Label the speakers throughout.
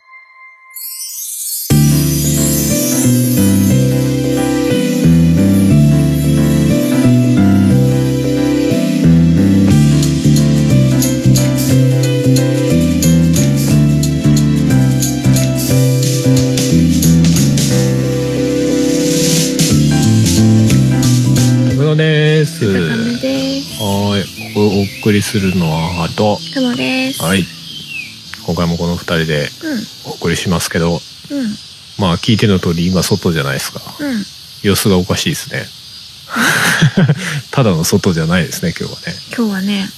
Speaker 1: 高野です。
Speaker 2: 高めです。
Speaker 1: はーい。お送りするのは、あと、
Speaker 2: たまです。
Speaker 1: はい。今回もこの二人で
Speaker 2: う
Speaker 1: お送りしますけど、
Speaker 2: ん。うん。
Speaker 1: まあ聞いての通り今外じゃないですか。
Speaker 2: うん。
Speaker 1: 様子がおかしいですね。 ただの外じゃないですね、今日はね。
Speaker 2: 今日はね、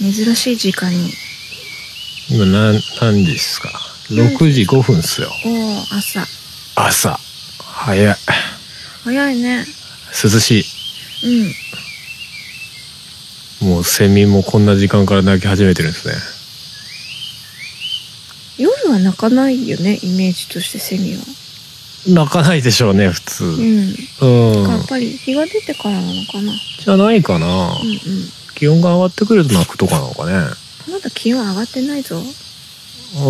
Speaker 2: 珍しい時間に。
Speaker 1: 今何、何時ですか ?6 時5分っすよ。
Speaker 2: おお、朝。
Speaker 1: 朝。早い。
Speaker 2: 早いね。
Speaker 1: 涼し
Speaker 2: うん。
Speaker 1: い。もうセミもこんな時間から鳴き始めてるんですね。
Speaker 2: 夜は泣かないよね、イメージとしてセミは。
Speaker 1: 鳴かないでしょうね、普通。
Speaker 2: う
Speaker 1: うん。
Speaker 2: ん。やっぱり日が出てからなのかな。
Speaker 1: じゃないかな。
Speaker 2: うんうん。
Speaker 1: 気温が上がってくると鳴くとかなのかね。
Speaker 2: まだ気温上がってないぞ。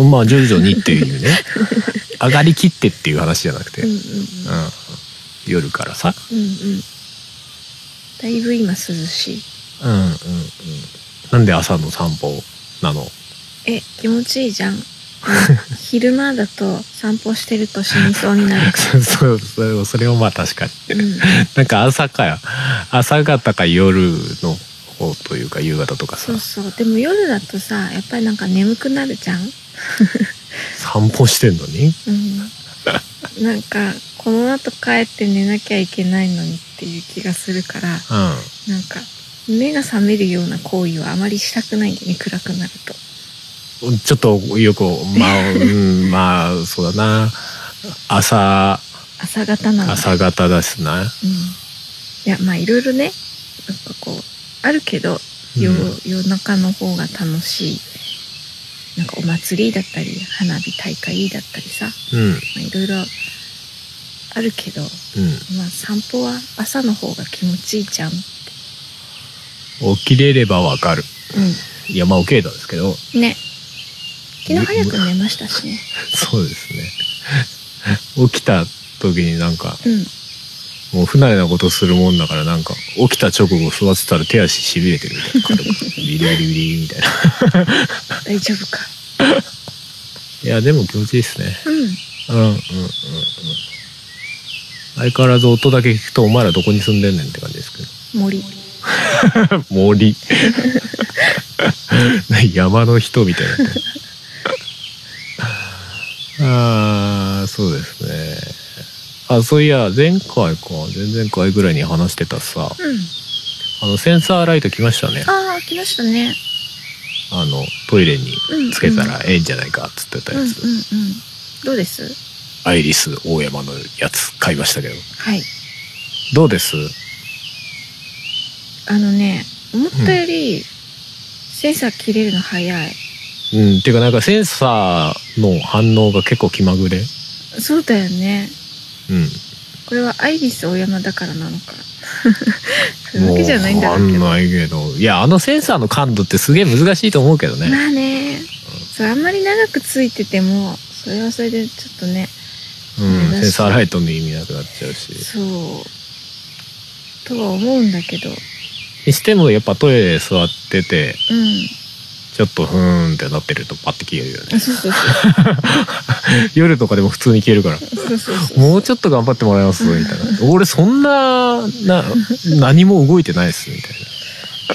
Speaker 1: まあ徐々にっていう意味 ね上がりきってっていう話じゃなくて、
Speaker 2: うん
Speaker 1: う
Speaker 2: うんん
Speaker 1: 夜からさ
Speaker 2: うん。うんうん。だいぶ今涼しい。
Speaker 1: うんうんうんなんで朝の散歩なの
Speaker 2: え、気持ちいいじゃん。うん昼間だと散歩してると死にそうになるか
Speaker 1: そうそれをそれをまあ確かに
Speaker 2: ら。うん。
Speaker 1: なんか朝か朝方か夜の方というか夕方とかさ
Speaker 2: そうそうでも夜だとさやっぱりなんか眠くなるじゃん、
Speaker 1: 散歩してんのに
Speaker 2: うん、なんかこの後帰って寝なきゃいけないのにっていう気がするからなん
Speaker 1: うん
Speaker 2: か目が覚めるような行為はあまりしたくないんだよね暗くなると
Speaker 1: ちょっとよくま あ、うん、まあそうだな朝
Speaker 2: 朝方なの
Speaker 1: 朝方だしな、
Speaker 2: うん、いやまあいろいろねなんかこうあるけど夜,、
Speaker 1: うん
Speaker 2: 夜中の方が楽しいなんかお祭りだったり花火大会だったりさ、ま
Speaker 1: うん
Speaker 2: あ、いろいろあるけどまあ散歩は朝の方が気持ちいいじゃん。
Speaker 1: うん、起きれればわかる
Speaker 2: う
Speaker 1: いやまあ起きれたんですけ ど
Speaker 2: ん。ね。昨日早く寝ましたしね。
Speaker 1: そうですね。起きた時になんか、
Speaker 2: うん。
Speaker 1: もう不慣れなことするもんだからなんか、起きた直後座ってたら手足しびれてるみたいな。軽くビリビリビリみたいな。
Speaker 2: 大丈夫か。
Speaker 1: いや、でも気持ちいいですね。
Speaker 2: うん。
Speaker 1: うんうんうんうん。相変わらず音だけ聞くとお前らどこに住んでんねんって感じですけど。
Speaker 2: 森。
Speaker 1: 森。 山の人みたいな。ああ、そうですね。あ、そういや、前回か、前々回ぐらいに話してたさ、
Speaker 2: うん。
Speaker 1: あの、センサーライト来ましたね。
Speaker 2: ああ、来ましたね。
Speaker 1: あの、トイレに
Speaker 2: うん。
Speaker 1: つけたらええんじゃないか、つってた
Speaker 2: うん。うんう
Speaker 1: や
Speaker 2: んうん
Speaker 1: つ。。
Speaker 2: どうです
Speaker 1: アイリス大山のやつ買いましたけど。
Speaker 2: はい。
Speaker 1: どうです
Speaker 2: あのね、思ったより、センサー切れるの早い。
Speaker 1: うん、ていうかなんかセンサーの反応が結構気まぐれ。
Speaker 2: そうだよね。
Speaker 1: うん。
Speaker 2: これはアイリス大山だからな のか。そういうわけじゃないんだろうけど。
Speaker 1: わかんないけどいやあのセンサーの感度ってすげえ難しいと思うけどね、
Speaker 2: まあね、そうあんまり長くついててもそれはそれでちょっとね
Speaker 1: うん、
Speaker 2: 難しい
Speaker 1: センサーライトの意味なくなっちゃうし
Speaker 2: そうとは思うんだけど
Speaker 1: にしてもやっぱトイレで座ってて
Speaker 2: うん
Speaker 1: ちょっとふーんってなってるとパッて消え るよ
Speaker 2: あ
Speaker 1: ね
Speaker 2: そうそうそ
Speaker 1: 夜とかでも普通に消えるから
Speaker 2: うそうそうそう
Speaker 1: もうちょっと頑張ってもらいますみたいな俺そんなな何も動いてないっすみたい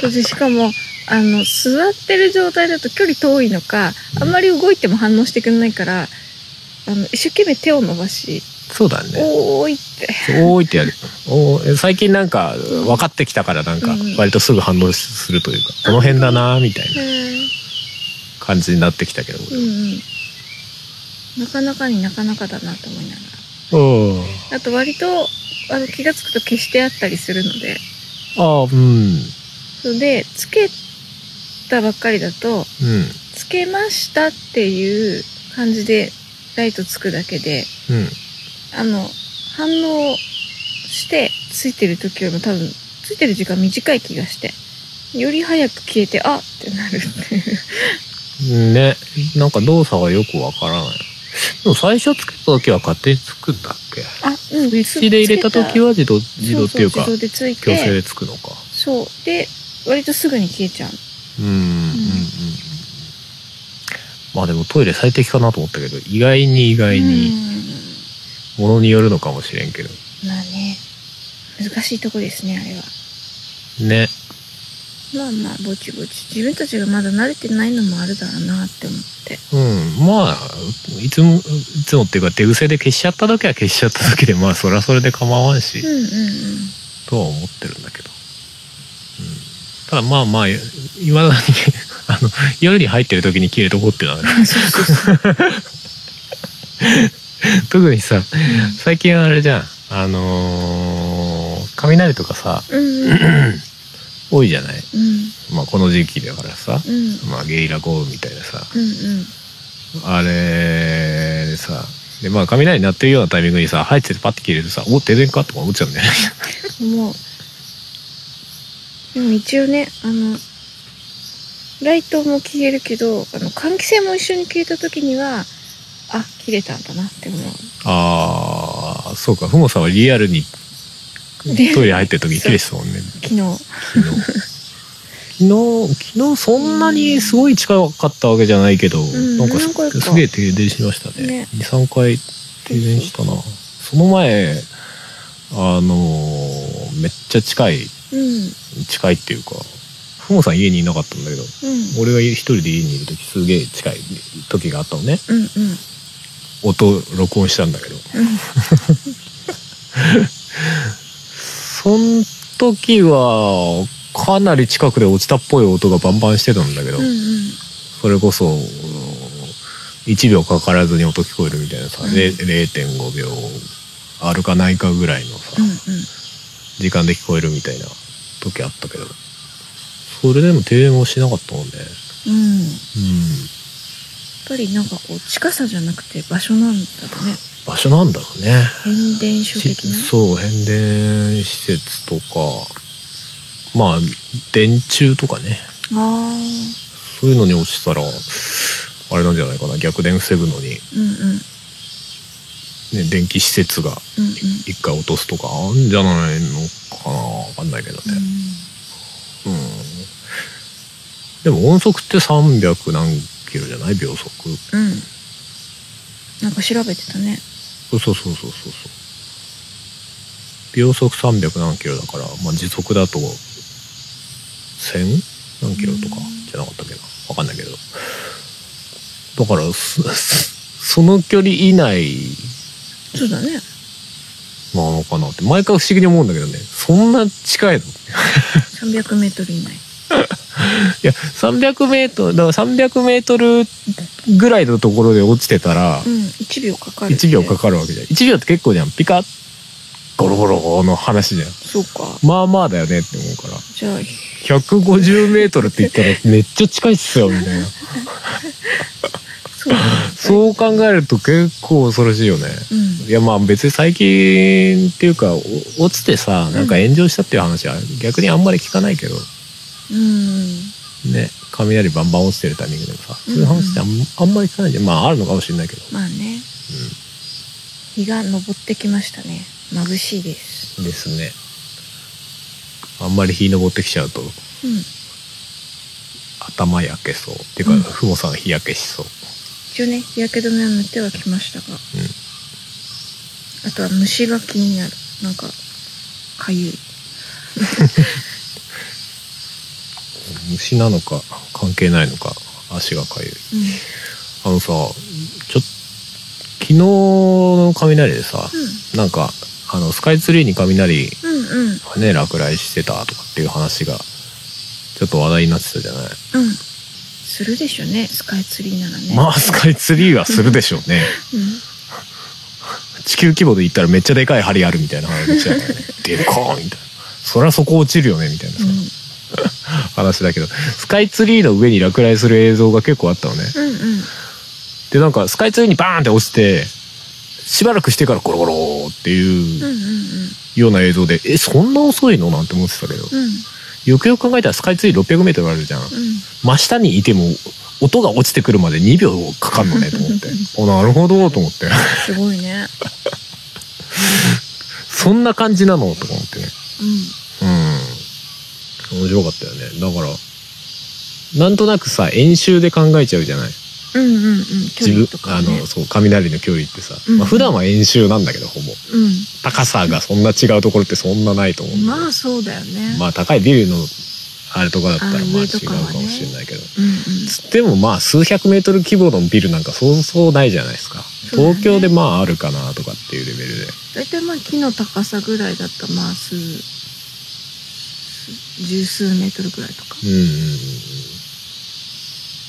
Speaker 2: そうでしかもあの座ってる状態だと距離遠いのかあんまり動いても反応してくれないからあの一生懸命手を伸ばし
Speaker 1: なそうだ
Speaker 2: 「
Speaker 1: ね
Speaker 2: おーい」って
Speaker 1: おーいってやるおー最近なんか分かってきたからなんか
Speaker 2: うん
Speaker 1: 割とすぐ反応するというかこの辺だなーみたいな感じになってきたけど俺
Speaker 2: うんうんなかなかになかなかだなと思いながら
Speaker 1: うん
Speaker 2: あと割とあの気がつくと消してあったりするので
Speaker 1: あうん
Speaker 2: そうでつけたばっかりだと
Speaker 1: うん
Speaker 2: つけましたっていう感じでライトつくだけで
Speaker 1: うん
Speaker 2: あの反応してついてる時よりも多分ついてる時間短い気がしてより早く消えてあってなるっていう
Speaker 1: ね。なんか動作がよくわからない。でも最初つけた時は勝手につくんだっけ
Speaker 2: あうん
Speaker 1: スイッチで入れた時は自動、自動っていうか
Speaker 2: そ、うそう自動でつい
Speaker 1: 強制
Speaker 2: て
Speaker 1: でつくのか。
Speaker 2: そうで割とすぐに消えちゃう
Speaker 1: うん、うん、うん。まあでもトイレ最適かなと思ったけど、意外に意外
Speaker 2: う
Speaker 1: に、
Speaker 2: ん
Speaker 1: ものによるのかもしれんけど。
Speaker 2: まあね難しいとこですねあれは
Speaker 1: ね。
Speaker 2: まあまあぼちぼち自分たちがまだ慣れてないのもあるだろうなって思って
Speaker 1: うん。まあ、いつも、いつもっていうか手癖で消しちゃった時は消しちゃった時で、まあそりゃそれで構わんし。
Speaker 2: うんうんうん
Speaker 1: とは思ってるんだけど、うん、ただまあまあいまだに あの夜に入ってる時に消えるとこってのはね
Speaker 2: そうそうそう
Speaker 1: 特にさ最近はあれじゃんあのー雷とかさ
Speaker 2: うんうん
Speaker 1: 多いじゃない、
Speaker 2: うん
Speaker 1: まあ、この時期だからさ、
Speaker 2: うん
Speaker 1: まあ、ゲイラ豪雨みたいなさ
Speaker 2: うん
Speaker 1: あれでさでまあ雷鳴ってるようなタイミングにさ入っててパッて消えるとさ「お停電か?」とか思っちゃうんだよね。
Speaker 2: うんもうでも一応ねあのライトも消えるけどあの換気扇も一緒に消えた時にはあ切れたんだなって思う
Speaker 1: ああそうかふもさんはリアルにトイレ入ってる時に消えてたもんね。
Speaker 2: 昨
Speaker 1: 昨
Speaker 2: 日
Speaker 1: 日昨日昨日そんなにすごい近かったわけじゃないけど、
Speaker 2: ん
Speaker 1: なんか
Speaker 2: 何回か
Speaker 1: すすげえ停電しましたね
Speaker 2: ね
Speaker 1: 23回停電したなその前あのーめっちゃ近い
Speaker 2: うん
Speaker 1: 近いっていうかふもさん家にいなかったんだけど
Speaker 2: うん
Speaker 1: 俺が一人で家にいる時すげえ近い時があったのね
Speaker 2: うんうん
Speaker 1: 音録音したんだけど
Speaker 2: うん
Speaker 1: そん時はかなり近くで落ちたっぽい音がバンバンしてたんだけど、
Speaker 2: うんうん
Speaker 1: それこそうん1秒かからずに音聞こえるみたいなさ、
Speaker 2: うん
Speaker 1: で0.5秒あるかないかぐらいのさ、
Speaker 2: うんうん
Speaker 1: 時間で聞こえるみたいな時あったけどそれでも停電もしなかったもんね
Speaker 2: うんや
Speaker 1: う
Speaker 2: っ
Speaker 1: ん
Speaker 2: ぱりなんかこう近さじゃなくて場所なんだろうね
Speaker 1: 場所なんだろうね
Speaker 2: 変電所
Speaker 1: し
Speaker 2: 的な
Speaker 1: そう変電施設とかまあ電柱とかね
Speaker 2: あ
Speaker 1: そういうのに落ちたらあれなんじゃないかな逆電防ぐのに、
Speaker 2: あうんうんうん
Speaker 1: ね、電気施設が
Speaker 2: うんうん
Speaker 1: 一回落とすとかあんじゃないのかなわかんないけどね、うんでも音速って300何キロじゃない秒速
Speaker 2: うんなんか調べてたね
Speaker 1: そうそうそうそうそう秒速300何キロだから、まあ、時速だと1000何キロとかじゃなかったっけなわかんないけどだからすその距離以内
Speaker 2: そうだね
Speaker 1: なのかなって毎回不思議に思うんだけどねそんな近いの
Speaker 2: 300メートル以内
Speaker 1: いや300メートルだから300メートルぐらいのところで落ちてたら
Speaker 2: うん1秒かかる
Speaker 1: 1秒か
Speaker 2: か
Speaker 1: かるわけじゃん1秒って結構じゃんピカッゴロゴロの話じゃん
Speaker 2: そうか
Speaker 1: まあまあだよねって思うから
Speaker 2: じゃあ
Speaker 1: 150メートルって言ったらめっちゃ近いっすよみたいな
Speaker 2: そうだね
Speaker 1: そう考えると結構恐ろしいよね
Speaker 2: うん
Speaker 1: いやまあ別に最近っていうかお落ちてさなんか炎上したっていう話は逆にあんまり聞かないけど
Speaker 2: うん
Speaker 1: ね雷バンバン落ちてるタイミングでもさそういう話ってあん,、あんまり聞かないじゃんまああるのかもしれないけど
Speaker 2: まあね日が昇ってきましたね眩しいです
Speaker 1: ですねあんまり日登ってきちゃうと
Speaker 2: うん
Speaker 1: 頭焼けそうっていうか、
Speaker 2: うん
Speaker 1: ふもさん日焼けしそう
Speaker 2: 一応ね日焼け止めは塗ってはきました
Speaker 1: ん
Speaker 2: が、あとは虫が気になるなんかかゆい
Speaker 1: 虫なのか関係ないのか足がかゆい
Speaker 2: うん
Speaker 1: あのさちょ昨日の雷でさ、なんかあのスカイツリーに雷
Speaker 2: うんうんうん
Speaker 1: がね落雷してたとかっていう話がちょっと話題になってたじゃない、
Speaker 2: うんするでしょねスカイツリーならね
Speaker 1: まあスカイツリーはするでしょうね
Speaker 2: う
Speaker 1: 地球規模で言ったらめっちゃでかい針あるみたいな話だよねでかーみたいなそりゃそこ落ちるよねみたいなさ、
Speaker 2: んうん
Speaker 1: 話だけどスカイツリーの上に落雷する映像が結構あったのね
Speaker 2: うんうん
Speaker 1: でなんかスカイツリーにバーンって落ちてしばらくしてからゴロゴローって
Speaker 2: う
Speaker 1: いうん
Speaker 2: うん
Speaker 1: ような映像で、えそんな遅いのなんて思ってたけど
Speaker 2: うんうん
Speaker 1: よくよく考えたらスカイツリー600メートルあるじゃん。
Speaker 2: うん
Speaker 1: 真下にいても音が落ちてくるまで2秒かかんのねと思って。あ、なるほどと思って。
Speaker 2: すごいね。
Speaker 1: そんな感じなのとか思ってね。
Speaker 2: う
Speaker 1: うん。面白かったよね。だから、なんとなくさ、演習で考えちゃうじゃない
Speaker 2: ん。うんうんうん。距離とか、ね、
Speaker 1: あの、そう、雷の距離ってさ。
Speaker 2: うん
Speaker 1: まあ普段は演習なんだけど、ほぼ。
Speaker 2: う。
Speaker 1: 高さがそんな違うところってそんなないと思うんんだよね
Speaker 2: まあそうだよね。
Speaker 1: まあ高いビルのあれとかだったらまあ違
Speaker 2: あ上
Speaker 1: う
Speaker 2: とか
Speaker 1: か
Speaker 2: はね
Speaker 1: もしれないけど、
Speaker 2: うんうん。
Speaker 1: つってもまあ数百メートル規模のビルなんかそうそうないじゃないですか、
Speaker 2: そうだね
Speaker 1: 東京でまああるかなとかっていうレベルで
Speaker 2: 大体まあ木の高さぐらいだったらまあ数数十数メートルぐらいとか。
Speaker 1: うんうんうん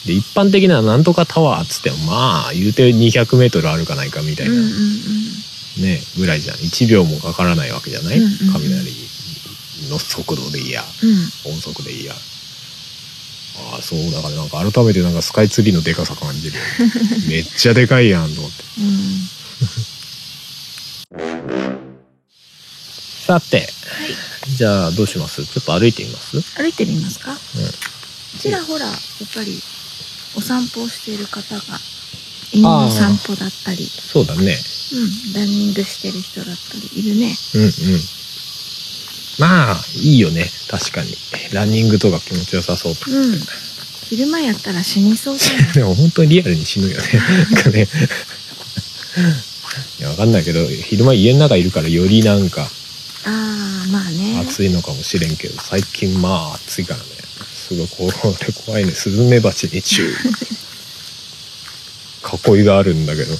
Speaker 1: で一般的ななんとかタワーっつってもまあ言うて200メートルあるかないかみた
Speaker 2: う
Speaker 1: い
Speaker 2: ん
Speaker 1: な、
Speaker 2: うんうん。
Speaker 1: ねぐらいじゃん1秒もかからないわけじゃない、
Speaker 2: うんうんうん
Speaker 1: 雷の速度でいいや
Speaker 2: うん。
Speaker 1: 音速でいいやああそうだからなんか改めてなんかスカイツリーのでかさ感じ るよめっちゃでかいやんと思って
Speaker 2: うん。
Speaker 1: さてじゃあどうしますちょっと歩いてみます
Speaker 2: 歩いてみますか、ちらほらやっぱりお散歩をしている方が犬の散歩だったり、
Speaker 1: そうだね
Speaker 2: うん、ランニングしてる人だったりいるね
Speaker 1: うんうんまあいいよね確かにランニングとか気持ちよさそうと
Speaker 2: うん昼間やったら死にそうだ よ
Speaker 1: でも本当にリアルに死ぬよね なんかねいやわかんないけど昼間家の中いるからよりなんか
Speaker 2: ああまあね
Speaker 1: 暑いのかもしれんけど最近まあ暑いからねすごいこれ怖いねスズメバチに注意囲いがあるんだけど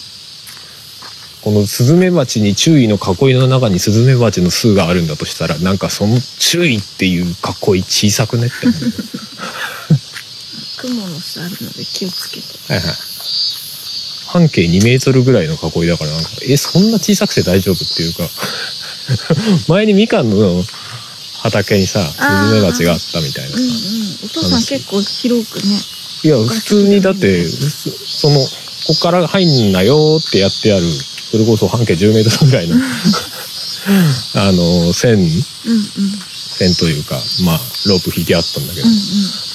Speaker 1: このスズメバチに注意の囲いの中にスズメバチの巣があるんだとしたらなんかその注意っていう囲い小さくねって思う
Speaker 2: 雲の巣あるので気をつけて
Speaker 1: はいはい半径2メートルぐらいの囲いだからなんかえそんな小さくて大丈夫っていうか 前にみかんの畑にさスズメバチがあったみたいな
Speaker 2: うん
Speaker 1: さ
Speaker 2: うんお父さん結構広くね
Speaker 1: いや、普通にだって、そその、ここから入んなよってやってある、それこそ半径10メートルぐら いの、あの、線、
Speaker 2: うんうん
Speaker 1: 線というか、まあ、ロープ引いてあったんだけど、
Speaker 2: うんうん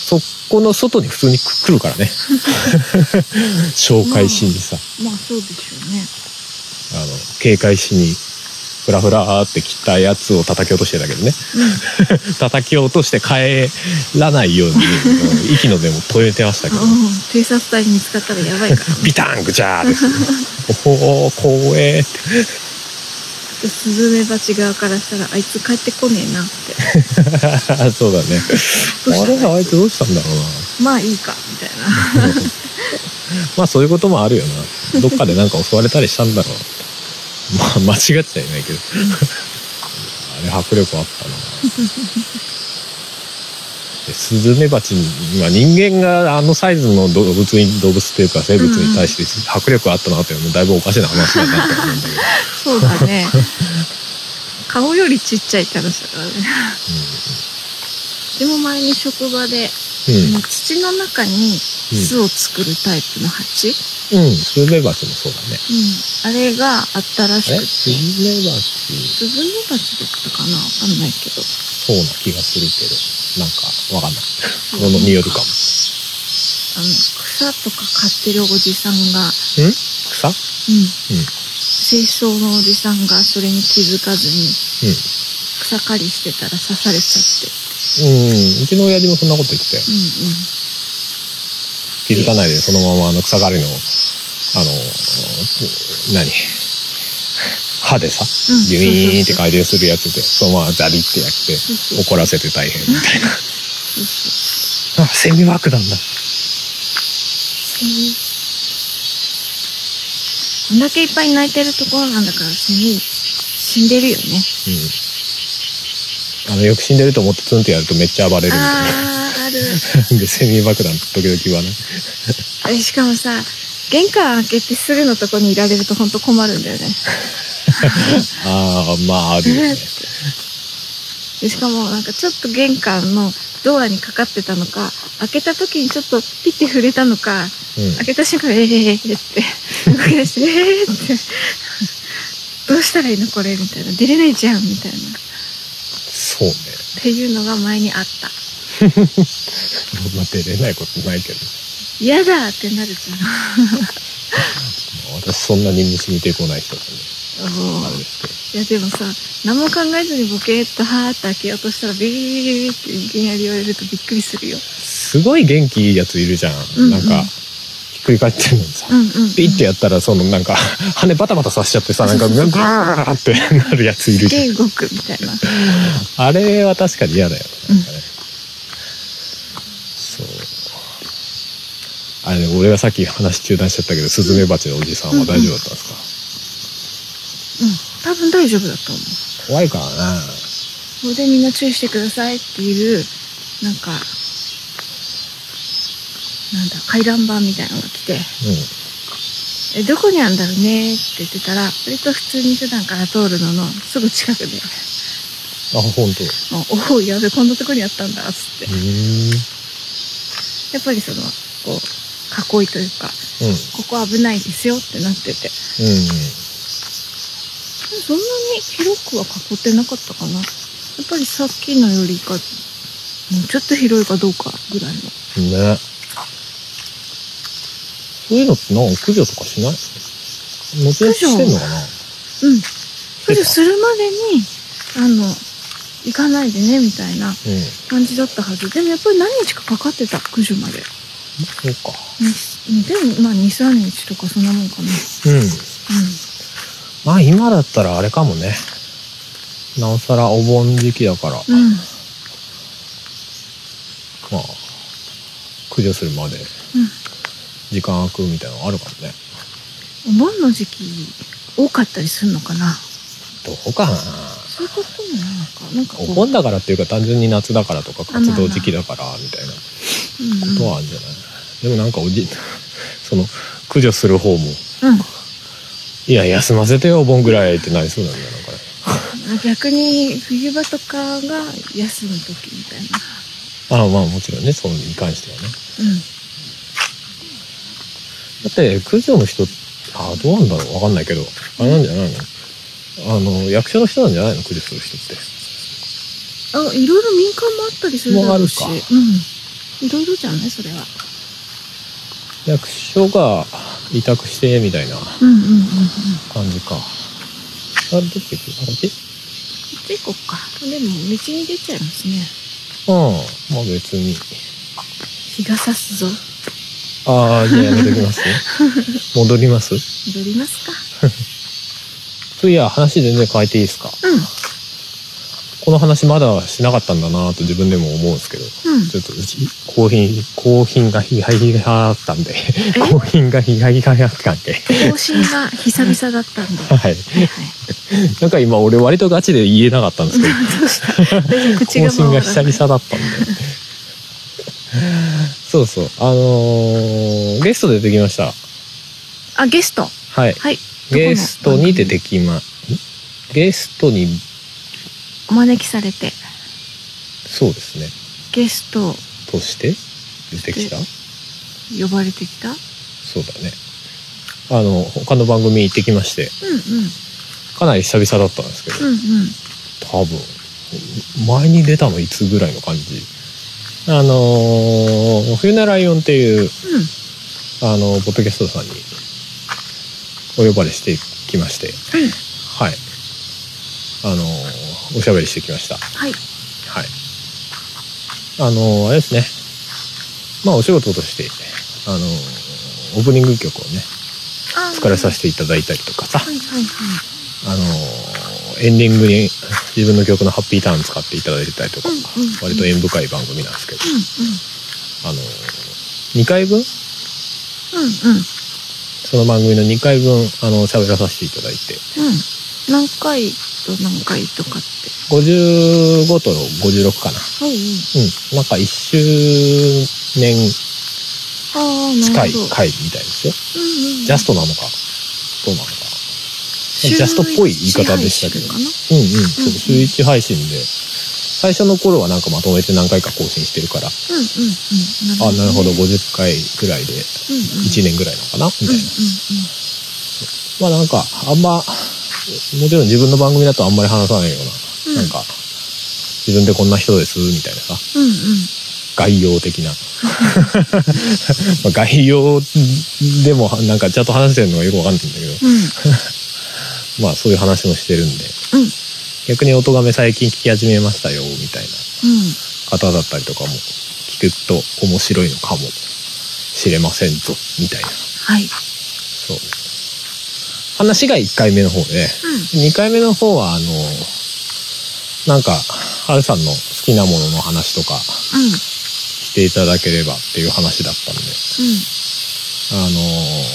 Speaker 1: そこの外に普通にく来るからね。 紹介しにさ、
Speaker 2: まあそうでしょうね
Speaker 1: あの、警戒しに、ふらふらーって来たやつを叩き落としてたけどね。 叩き落として帰らないように、うん息の根も止めてましたけど。
Speaker 2: うん偵察隊に見つかったらやばい からね
Speaker 1: ビタングジャー です。おお、光栄って。
Speaker 2: スズメバチ側からしたらあいつ帰ってこねえ なっ て
Speaker 1: そうだね。あれあいつどうしたんだろうな。
Speaker 2: まあいいかみたいな
Speaker 1: まあそういうこともあるよな。どっかでなんか襲われたりしたんだろう。まあ間違っちゃいないけど。あれ迫力あったな。でスズメバチには人間があのサイズの動物に動物っていうか生物に対して迫力あったなっていうのもだいぶおかしな話だなって思うんだけど。
Speaker 2: そうだ ね。顔よりちっちゃいって話だからね。でも前に職場で、
Speaker 1: うん
Speaker 2: あの土の中に巣を作るタイプの蜂、
Speaker 1: うん。うん。スズメバチもそうだね。
Speaker 2: あれがあったらし
Speaker 1: あれ
Speaker 2: くて、
Speaker 1: スズメバチ。
Speaker 2: スズメバチだったかなわかんないけど。
Speaker 1: そうな気がするけど、なんかわかんない。ものによるかも。
Speaker 2: あの、草とか買ってるおじさんが、
Speaker 1: ん草
Speaker 2: うん。清掃のおじさんがそれに気づかずに、
Speaker 1: うん。
Speaker 2: 草刈りしてたら刺されちゃって。
Speaker 1: うん、うちの親父もそんなこと言ってたよ。
Speaker 2: うんうん。
Speaker 1: 気づかないでそのままあの草刈りの、あの、何歯でさ、
Speaker 2: うん
Speaker 1: ギュイーンって回転するやつで、そのままザリってやって
Speaker 2: そうそう、
Speaker 1: 怒らせて大変みたいな。
Speaker 2: そうそ う。
Speaker 1: あ、セミ爆弾だ。
Speaker 2: こんだけいっぱい泣いてるところなんだからセミ死んでるよね。
Speaker 1: うん。あの、よく死んでると思ってツンってやるとめっちゃ暴れるみたいな。
Speaker 2: あーある。
Speaker 1: で、セミ爆弾って時々言わない。
Speaker 2: あれしかもさ玄関開けてすぐのとこにいられると本当困るんだよね。
Speaker 1: ああ、まああるよね。
Speaker 2: でしかもなんかちょっと玄関のドアにかかってたのか開けた時にちょっとピッて触れたのか
Speaker 1: うん。
Speaker 2: 開けた瞬間「ええー」って動き出して「ええー」ってどうしたらいいのこれみたいな出れないじゃんみたいな。
Speaker 1: そうね。
Speaker 2: っていうのが前にあった。
Speaker 1: まあ、出れないことないけど。
Speaker 2: 嫌だってなるじゃん。
Speaker 1: まあ私そんなに虫見てこない人なんで、あれ
Speaker 2: い
Speaker 1: ですけど。
Speaker 2: やでもさ、何も考えずにボケーっとはーって開けようとしたらビリビリビリビリっていきなり言われるとびっくりするよ。
Speaker 1: すごい元気いいやついるじゃん。
Speaker 2: うんうん
Speaker 1: なんか、ひっくり返ってるのにさ。
Speaker 2: うんうん、うん。
Speaker 1: ピッてやったら、そのなんか、羽バタバタさしちゃってさ、なんか、
Speaker 2: そ
Speaker 1: ぐ
Speaker 2: うそうそう
Speaker 1: ーってなるやついる
Speaker 2: す
Speaker 1: じゃ
Speaker 2: げ
Speaker 1: ん。
Speaker 2: え動くみたいな。
Speaker 1: あれは確かに嫌だよね。
Speaker 2: うん
Speaker 1: なんかねそう。あれ、俺がさっき話中断しちゃったけど、スズメバチのおじさんは大丈夫だったんですか、
Speaker 2: うん。多分大丈夫だと思う。
Speaker 1: 怖いからな。
Speaker 2: それでみんな注意してくださいっていう、なんか、なんだ、回覧板みたいなのが来て、
Speaker 1: う
Speaker 2: え、どこにあるんだろうねって言ってたら、割と普通に普段から通るののすぐ近く
Speaker 1: ん。
Speaker 2: で、
Speaker 1: あ、本当。う
Speaker 2: もうおお、やべ、こんなとこにあったんだ、つって。
Speaker 1: ーん。
Speaker 2: やっぱりその、こう、囲いというか、
Speaker 1: うん。
Speaker 2: ここ危ないですよってなってて、
Speaker 1: うん。
Speaker 2: そんなに広くは囲ってなかったかな。やっぱりさっきのよりか、もうちょっと広いかどうかぐらいの。
Speaker 1: ね。そういうのってなんか駆除とかしない持ち出ししてんのかな
Speaker 2: うん。駆除するまでに、あの、行かないでね、みたいな
Speaker 1: うん。
Speaker 2: 感じだったはず。でもやっぱり何日かかかってた、駆除まで。
Speaker 1: そうか。
Speaker 2: にでも、まあ、2、3日とかそんなもんかな。
Speaker 1: うん。
Speaker 2: う
Speaker 1: まあ今だったらあれかもね。なおさらお盆時期だから、ま
Speaker 2: ん。うん。
Speaker 1: あ、駆除するまで時間空くみたいなのあるかもね。
Speaker 2: うん。お盆の時期、多かったりするのかな。
Speaker 1: どうかな
Speaker 2: そういうこともないのか。なんか
Speaker 1: お
Speaker 2: こう、
Speaker 1: 盆だからっていうか単純に夏だからとか活動時期だからみたいなこ
Speaker 2: うん、
Speaker 1: とはあるんじゃない、でもなんかおじ、 その、駆除する方も、
Speaker 2: うん。
Speaker 1: いや、休ませてよ、お盆ぐらいってなりそうなんだよ、なんかね。
Speaker 2: 逆に、冬場とかが休む時みたいな。
Speaker 1: ああ、まあもちろんね、そうに関してはね。
Speaker 2: うん。
Speaker 1: だって、駆除の人、ああ、どうなんだろう、わかんないけど、あれなんじゃないのあの、役所の人なんじゃないの駆除する人って。
Speaker 2: あ、いろいろ民間もあったりするだろうし。
Speaker 1: もある
Speaker 2: うん。いろいろじゃないそれは。
Speaker 1: 役所が委託して、みたいな
Speaker 2: うんうんうんうん。
Speaker 1: 感じか。あれ、どっち行くあっち
Speaker 2: で、こっか。でも、道に出ちゃいますね。
Speaker 1: うん。まあ別に。
Speaker 2: 日が差すぞ。
Speaker 1: ああ、じゃあやめときますね。戻ります
Speaker 2: 戻りますか。
Speaker 1: そういや、話全然変えていいですか
Speaker 2: うん。
Speaker 1: この話まだしなかったんだなと自分でも思うんですけど。
Speaker 2: うん
Speaker 1: ち。ょっとうち、高品、高品がヒハヒハあったんで、
Speaker 2: え
Speaker 1: 高品がヒハヒハあったんで、
Speaker 2: 更新が久々だったんで。は
Speaker 1: はい。
Speaker 2: い はい。
Speaker 1: なんか今俺割とガチで言えなかったんです けど、
Speaker 2: どうした大丈夫口
Speaker 1: 更
Speaker 2: が
Speaker 1: 新
Speaker 2: 回
Speaker 1: が
Speaker 2: ら
Speaker 1: 久
Speaker 2: ない。
Speaker 1: 々だったんで。そうそう。あのーゲスト出てきました。
Speaker 2: あ、ゲスト。
Speaker 1: はい。
Speaker 2: はい。
Speaker 1: ゲストに出てきま、んゲストに、
Speaker 2: お招きされて、
Speaker 1: そうですね。
Speaker 2: ゲスト
Speaker 1: として出てきた
Speaker 2: 呼ばれてきたうん
Speaker 1: そうだね。あの、他の番組行ってきまして、
Speaker 2: う
Speaker 1: かなり久々だったんですけど、
Speaker 2: ん。うんうん。
Speaker 1: 多分前に出たのいつぐらいの感じあのー「冬なライオン」っていう
Speaker 2: うん。
Speaker 1: あのポッドキャストさんにお呼ばれしてきまして
Speaker 2: うん。
Speaker 1: はいあのーおしゃべりしてきました
Speaker 2: はい。
Speaker 1: はいあのーあれですねまあお仕事としてあのーオープニング曲をね
Speaker 2: あ
Speaker 1: 作らさせていただいたりとかさ
Speaker 2: はいはいはい。
Speaker 1: あのーエンディングに自分の曲の「ハッピーターン」使っていただいてたりとか、
Speaker 2: うんうんうん
Speaker 1: 割と縁深い番組なんですけど、
Speaker 2: う
Speaker 1: あのー、2回分
Speaker 2: んうん。うんうん。
Speaker 1: その番組の2回分、あの、喋らさせていただいて、
Speaker 2: うん。何回と何回とかって。
Speaker 1: 55と56かな。
Speaker 2: は
Speaker 1: う
Speaker 2: い。
Speaker 1: ん。なんか1周年
Speaker 2: ああ、な
Speaker 1: 近
Speaker 2: る
Speaker 1: い
Speaker 2: ほど。
Speaker 1: 回みたいですよ。
Speaker 2: うんうん、
Speaker 1: ジャストなのか、どうなのか。
Speaker 2: 週
Speaker 1: ジャストっぽい言い方でしたけど
Speaker 2: 一配信か
Speaker 1: うんうん。そう、週1配信で、最初の頃はなんかまとめて何回か更新してるから、
Speaker 2: な
Speaker 1: あ、
Speaker 2: うんうんうん。
Speaker 1: なるほど、50回ぐらいで、
Speaker 2: うんうん、
Speaker 1: 1年ぐらいなのかなみた
Speaker 2: うんう
Speaker 1: い
Speaker 2: ん
Speaker 1: な。まあなんか、あんま、もちろん自分の番組だとあんまり話さないような、な
Speaker 2: うん。
Speaker 1: んか、自分でこんな人ですみたいなさ
Speaker 2: うんうん。
Speaker 1: 概要的な まあ概要でもなんかちゃんと話してるのがよくわかんないんだけど
Speaker 2: うん。
Speaker 1: まあそういう話もしてるんで
Speaker 2: うん。
Speaker 1: 逆に音がめ最近聞き始めましたよみたいな
Speaker 2: うん。
Speaker 1: 方だったりとかも聞くと面白いのかもしれませんぞみたいな
Speaker 2: はい。
Speaker 1: そう話が1回目の方で
Speaker 2: う
Speaker 1: 2回目の方はあのなんかハルさんの好きなものの話とか
Speaker 2: ん。うん。
Speaker 1: していただければっていう話だったんで
Speaker 2: うん。
Speaker 1: あの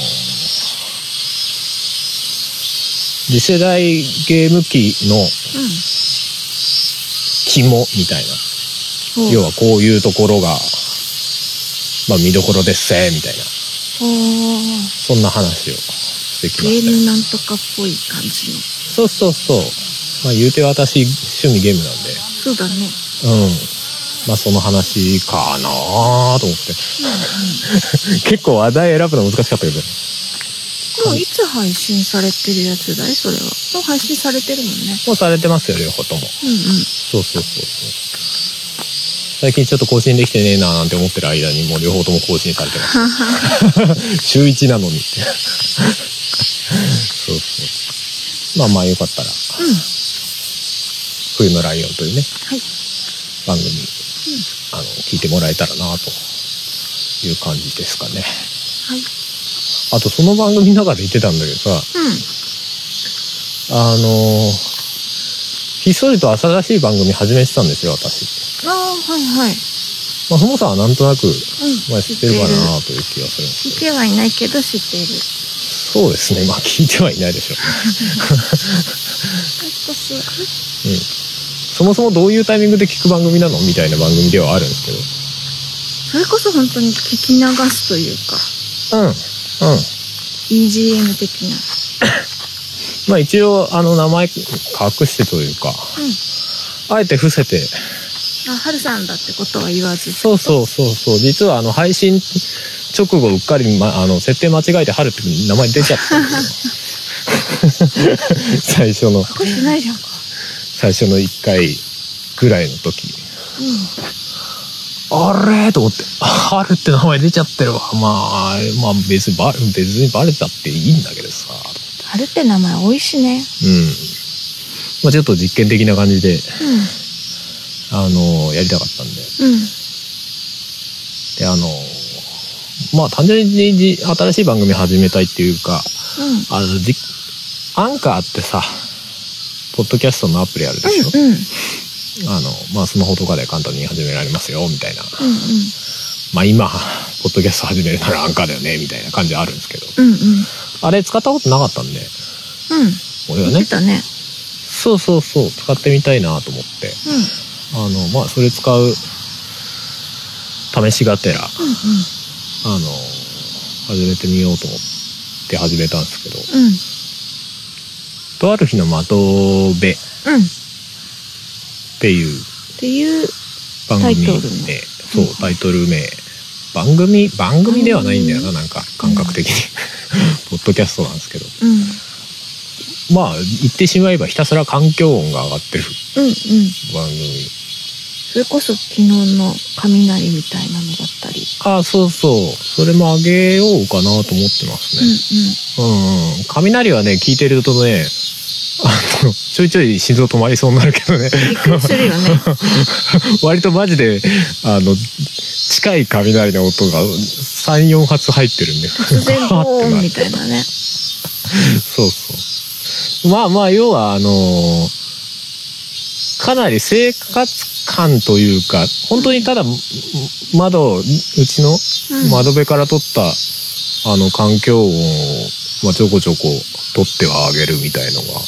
Speaker 1: 次世代ゲーム機の
Speaker 2: うん。
Speaker 1: 肝みたいな
Speaker 2: ほう
Speaker 1: 要はこういうところが、まあ、見どころですせみたいな
Speaker 2: ほう
Speaker 1: そんな話をしてきま
Speaker 2: ゲ
Speaker 1: した
Speaker 2: ー
Speaker 1: よ
Speaker 2: ムなんとかっぽい感じの。
Speaker 1: そうそうそう、まあ、言うて私趣味ゲームなんで
Speaker 2: そうだね。
Speaker 1: うんまあその話かなと思って
Speaker 2: うんう
Speaker 1: 結構話題選ぶの難しかったけど
Speaker 2: ん。もういつ配信されてるやつだいそれは。もう配信されてるもんね。
Speaker 1: もうされてますよ両方とも
Speaker 2: うんうん。
Speaker 1: そうそうそうそう最近ちょっと更新できてねえなーなんて思ってる間にもう両方とも更新されてます
Speaker 2: はは。
Speaker 1: 週一なのにそうそうまあまあよかったら
Speaker 2: うん。
Speaker 1: 「冬のライオン」というね
Speaker 2: はい。
Speaker 1: 番組、あの聞いてもらえたらなという感じですかね
Speaker 2: はい。
Speaker 1: あとその番組の中で言ってたんだけどさ
Speaker 2: うん。
Speaker 1: あのーひっそりと新しい番組始めてたんですよ私、
Speaker 2: ああ、はいはい。
Speaker 1: まあ、そもそもはなんとなく、
Speaker 2: うん。
Speaker 1: まあ、知ってるか
Speaker 2: 知
Speaker 1: なという気がするんです
Speaker 2: 聞いてはいないけど知っている。
Speaker 1: そうですねまあ 聞いてはいないでしょう
Speaker 2: 私、あ
Speaker 1: うんそもそもどういうタイミングで聞く番組なのみたいな番組ではあるんですけど
Speaker 2: それこそ本当に聞き流すというか、
Speaker 1: うんうん
Speaker 2: BGM 的な。
Speaker 1: まあ一応あの名前隠してというか
Speaker 2: うん。
Speaker 1: あえて伏せて
Speaker 2: あ、はるさんだってことは言わず。
Speaker 1: そうそうそうそう実はあの配信直後うっかり、ま、あの設定間違えて「春」って名前出ちゃったん ですよ最初の
Speaker 2: 隠してないじゃんか。
Speaker 1: 最初の1回ぐらいの時
Speaker 2: うん。
Speaker 1: あれと思って「春」って名前出ちゃってるわまあまあ別にバレ別にバレたっていいんだけどさ
Speaker 2: あれって名前多いしね。
Speaker 1: うんまあちょっと実験的な感じで
Speaker 2: う
Speaker 1: あのやりたかったんで
Speaker 2: ん。うん。
Speaker 1: であのまあ単純にじ新しい番組始めたいっていうか
Speaker 2: うん。
Speaker 1: あのじアンカーってさポッドキャストのアプリあるでしょ、
Speaker 2: うん。うん。
Speaker 1: あのまあスマホとかで簡単に始められますよみたいな
Speaker 2: う
Speaker 1: まあ今ポッドキャスト始めるならアンカーだよねみたいな感じあるんですけど
Speaker 2: ん。うん。うん。
Speaker 1: あれ使ったことなかったんで
Speaker 2: うん。
Speaker 1: 俺は
Speaker 2: 言っ
Speaker 1: ね
Speaker 2: てたね。
Speaker 1: そうそうそう使ってみたいなと思って
Speaker 2: うん。うん。
Speaker 1: あのまあそれ使う試しがてらあの始めてみようと思って始めたんですけど
Speaker 2: うん。うん。
Speaker 1: とある日のまとべっ
Speaker 2: うん。って
Speaker 1: いう
Speaker 2: ていう。
Speaker 1: 番組名
Speaker 2: タイトル名
Speaker 1: そうタイトル名番組番組ではないんだよななんか感覚的にポッドキャストなんですけど
Speaker 2: うん。
Speaker 1: まあ言ってしまえばひたすら環境音が上がってる
Speaker 2: うん。うん。
Speaker 1: 番組
Speaker 2: それこそ昨日の雷みたいなのだったり。
Speaker 1: ああそうそうそれも上げようかなと思ってます
Speaker 2: うん。うん
Speaker 1: ね。うん、うん、雷はね聞いてるとねあのちょいちょい心臓止まりそうになるけどね
Speaker 2: びっくりするよね。
Speaker 1: 割とマジであの近い雷の音が34発入ってるんで
Speaker 2: 突然ボーンみ
Speaker 1: たい
Speaker 2: たいなね。
Speaker 1: な そうそうまあまあ要はあのかなり生活感というか本当にただ窓うちの
Speaker 2: うん。
Speaker 1: 窓辺から撮った、あの環境音を、まあ、ちょこちょこ撮ってはあげるみたいのが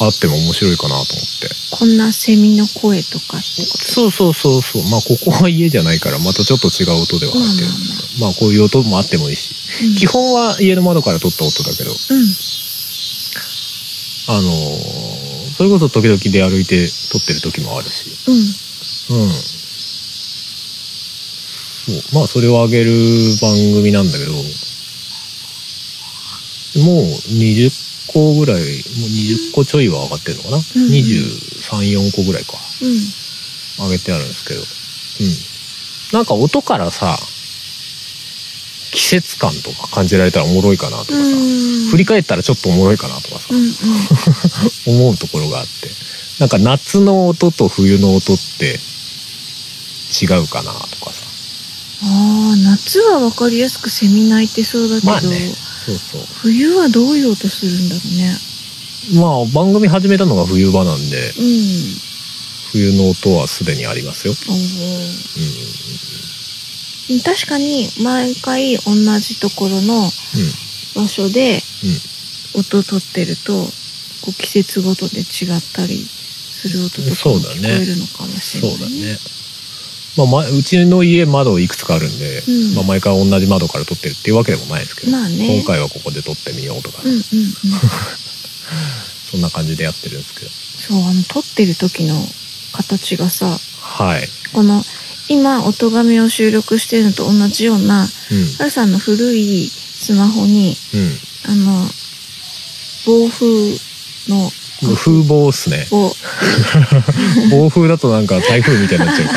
Speaker 1: あっても面白いかなと思って
Speaker 2: こんなセミの声とかってこと。
Speaker 1: そうそうそうそうまあここは家じゃないからまたちょっと違う音では入ってる
Speaker 2: まあまあ
Speaker 1: まあこういう音もあってもいいし
Speaker 2: うん
Speaker 1: 基本は家の窓から撮った音だけど
Speaker 2: うん。
Speaker 1: あのーそれこそ時々出歩いて撮ってる時もあるし
Speaker 2: うん。
Speaker 1: うんそうまあそれをあげる番組なんだけどもう20個ぐらいもう20個ちょいは上がってるのかな、
Speaker 2: うん
Speaker 1: 234個ぐらいか
Speaker 2: うん。
Speaker 1: 上げてあるんですけど。うん。なんか音からさ、季節感とか感じられたらおもろいかなとかさ、
Speaker 2: うん
Speaker 1: 振り返ったらちょっとおもろいかなとかさ、
Speaker 2: うんうん
Speaker 1: 思うところがあって。なんか夏の音と冬の音って違うかなとかさ。
Speaker 2: ああ夏は分かりやすくセミ鳴いてそうだけど、
Speaker 1: まあねそうそう。
Speaker 2: 冬はどういう音するんだろうね
Speaker 1: まあ番組始めたのが冬場なんで、
Speaker 2: うん
Speaker 1: 冬の音はすでにありますよ。
Speaker 2: おー確かに毎回同じところの
Speaker 1: うん。うん。
Speaker 2: 場所で
Speaker 1: うん。
Speaker 2: 音を取ってるとこう季節ごとで違ったりする音とか
Speaker 1: そう
Speaker 2: も
Speaker 1: だ
Speaker 2: 聞
Speaker 1: ね
Speaker 2: こえるのかもしれ
Speaker 1: そ
Speaker 2: な
Speaker 1: う
Speaker 2: い、
Speaker 1: だね。まあ、まうちの家窓いくつかあるんで、
Speaker 2: うん
Speaker 1: まあ、毎回同じ窓から撮ってるっていうわけでもないですけど、
Speaker 2: まあね
Speaker 1: 今回はここで撮ってみようとか、
Speaker 2: うんうんうん
Speaker 1: そんな感じでやってるんですけど。
Speaker 2: そうあの撮ってる時の形がさ
Speaker 1: はい。
Speaker 2: この今音亀を収録してるのと同じような
Speaker 1: うん。
Speaker 2: ハルさんの古いスマホに
Speaker 1: う
Speaker 2: あの暴風の
Speaker 1: ん。風防っすね。
Speaker 2: こう
Speaker 1: 暴風だとなんか台風みたいになっちゃうか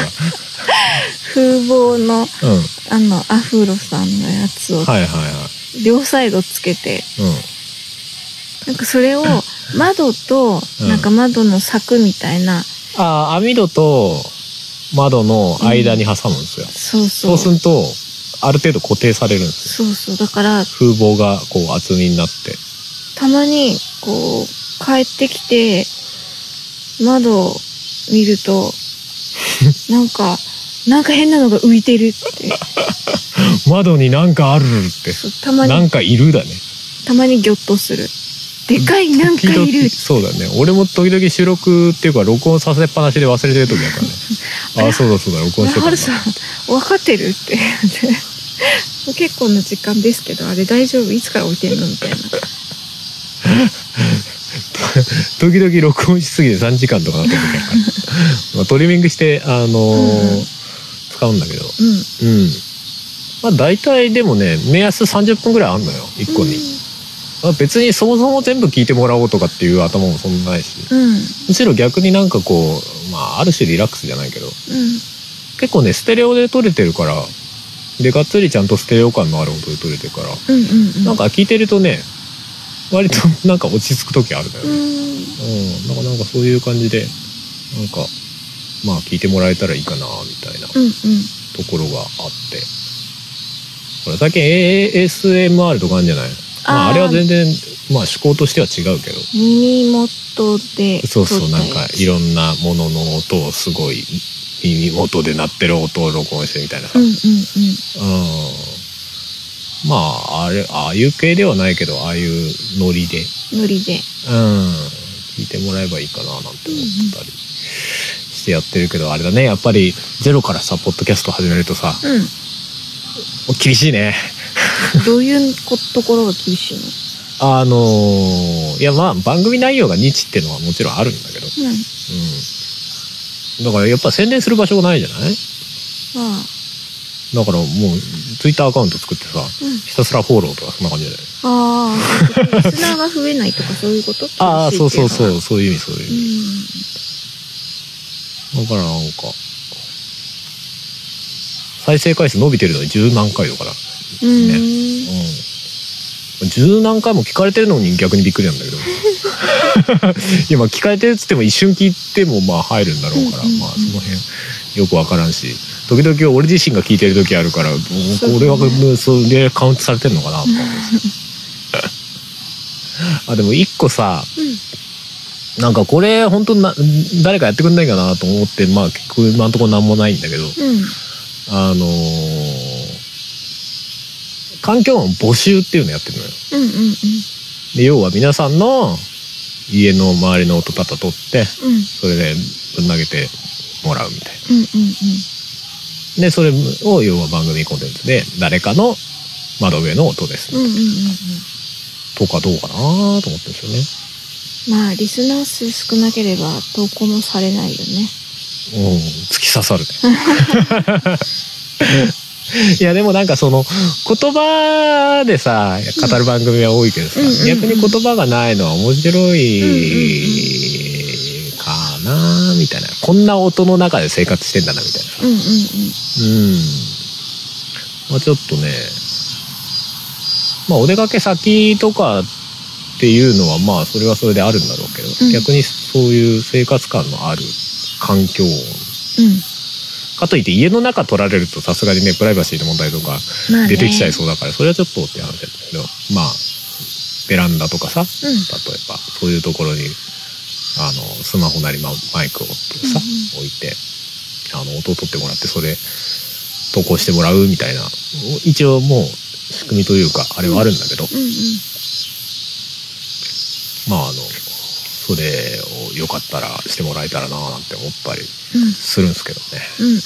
Speaker 2: 風貌の
Speaker 1: ら。うん。
Speaker 2: あのアフロさんのやつを
Speaker 1: はいはいは
Speaker 2: 両サイドつけて、
Speaker 1: い。うん。
Speaker 2: なんかそれを窓と
Speaker 1: うん
Speaker 2: なんか窓の柵みたいな、
Speaker 1: ああ、網戸と窓の間に挟むんですよ。
Speaker 2: そうそ
Speaker 1: そううすると、ある程度固定されるんですよ。
Speaker 2: そうそうだから
Speaker 1: 風防がこう厚みになって。
Speaker 2: たまにこう帰ってきて窓を見る となんかなんか変なのが浮いてるって
Speaker 1: 窓になんかあるって。
Speaker 2: そうたま
Speaker 1: なん
Speaker 2: に
Speaker 1: かいるだね。
Speaker 2: たまにギョッとするでかいなんか
Speaker 1: 時
Speaker 2: い
Speaker 1: 々
Speaker 2: る
Speaker 1: そうだね。俺も時々収録っていうか録音させっぱなしで忘れてる時だからね。ああ、そうだそうだ、録音しと
Speaker 2: ハ
Speaker 1: か
Speaker 2: ル
Speaker 1: な
Speaker 2: さん分かってるって 言って結構な時間ですけどあれ大丈夫いつから置いてんのみたいな
Speaker 1: 時々録音しすぎて3時間とかなってる時だから。まあ、トリミングして、あのー
Speaker 2: うん
Speaker 1: 使うんだけど。
Speaker 2: う
Speaker 1: う
Speaker 2: ん
Speaker 1: ん。まあ大体でもね、目安30分ぐらいあんのよ、1個に。まあ、別にそもそも全部聞いてもらおうとかっていう頭もそんなないし。
Speaker 2: うんうん
Speaker 1: むしろ逆になんかこう、まあある種リラックスじゃないけど、結構ねステレオで撮れてるからでがっつりちゃんとステレオ感のある音で撮れてるから、
Speaker 2: うんうんうん
Speaker 1: なんか聞いてるとね割と なんか落ち着く時あるんだよ
Speaker 2: う
Speaker 1: ね、
Speaker 2: ん
Speaker 1: うんなんかなんかそういう感じでなんかまあ聞いてもらえたらいいかなみたいなと
Speaker 2: うんうん
Speaker 1: ころがあってほら最近 ASMR とかあるんじゃないまあ、あ
Speaker 2: あー
Speaker 1: れは全然まあ趣向としては違うけど
Speaker 2: 耳元で
Speaker 1: そうそうなんかい
Speaker 2: ろ
Speaker 1: ろんなものの音をすごい耳元で鳴ってる音を録音してみたいなさ、
Speaker 2: うんうんう
Speaker 1: う
Speaker 2: ん
Speaker 1: んまあ、あれ、ああいう系ではないけど、ああいうノリで、うん、
Speaker 2: 無理で
Speaker 1: 聞いてもらえばいいかな、なんて思ったりしてやってるけど、あれだね、やっぱりゼロからさ、ポッドキャスト始めるとさ、
Speaker 2: うん
Speaker 1: 厳しいね。
Speaker 2: どういうこところが厳しい
Speaker 1: あのーいやまあ、番組内容がニッチってのはもちろんあるんだけど、
Speaker 2: のう
Speaker 1: う
Speaker 2: ん
Speaker 1: ん。だからやっぱ宣伝する場所がないじゃない
Speaker 2: ああ
Speaker 1: だからもう、ツイッターアカウント作ってさ、
Speaker 2: うん
Speaker 1: ひたすらフォローとかそんな感じだよね。
Speaker 2: ああリスナーが増えないとかそういうこと
Speaker 1: ああ、そうそうそうう、そういう意味、そういう意味
Speaker 2: う。ん
Speaker 1: だからなんか、再生回数伸びてるのに十何回とかだ。
Speaker 2: う
Speaker 1: うん
Speaker 2: ん。
Speaker 1: 十何回も聞かれてるのに逆にびっくりなんだ けど。いや、まあ聞かれてるっつっても一瞬聞いてもまあ入るんだろうから、
Speaker 2: うんうんうん
Speaker 1: まあその辺よくわからんし、時々俺自身が聞いてる時あるから、もう
Speaker 2: そう
Speaker 1: これは
Speaker 2: そう
Speaker 1: もうそれカウントされてんのかなと 思う。あ、でも一個さ、
Speaker 2: うん
Speaker 1: なんかこれ本当な誰かやってくんないかなと思ってまあ結局今んとこ何もないんだけど
Speaker 2: うん
Speaker 1: あのー環境音募集っていうのやってるのよ
Speaker 2: うんうんうん
Speaker 1: で要は皆さんの家の周りの音たた取って
Speaker 2: うんうん
Speaker 1: それでぶん投げてもらうみたいな
Speaker 2: うん
Speaker 1: でそれを要は番組コンテンツで誰かの窓上の音です、
Speaker 2: うんうんうんうんうん
Speaker 1: とかどうかなと思ってるんですよね
Speaker 2: まあリスナー数少なければ投稿もされないよね
Speaker 1: うん、突き刺さるね。いやでもなんかその言葉でさ語る番組は多いけどさ、
Speaker 2: うんうんうんうん
Speaker 1: 逆に言葉がないのは面白いかななみたいなこんな音の中で生活してんだなみたいな
Speaker 2: うんうんうん
Speaker 1: うんまあちょっとねまあお出かけ先とかっていうのはまあそれはそれであるんだろうけど、
Speaker 2: うん
Speaker 1: 逆にそういう生活感のある環境音
Speaker 2: うん
Speaker 1: かといって家の中取られるとさすがにねプライバシーの問題とか
Speaker 2: まあね
Speaker 1: 出てきちゃいそうだからそれはちょっとって話だけどまあベランダとかさ
Speaker 2: うん
Speaker 1: 例えばそういうところにあのスマホなりママイクをさ、
Speaker 2: う
Speaker 1: 置いてあの音を取ってもらってそれ投稿してもらうみたいな一応もう仕組みというかあれはあるんだけど、
Speaker 2: うんうん
Speaker 1: まああのそれをよかったらしてもらえたらなーなんて思ったり
Speaker 2: うん
Speaker 1: するんですけどね。
Speaker 2: うんう
Speaker 1: う
Speaker 2: ん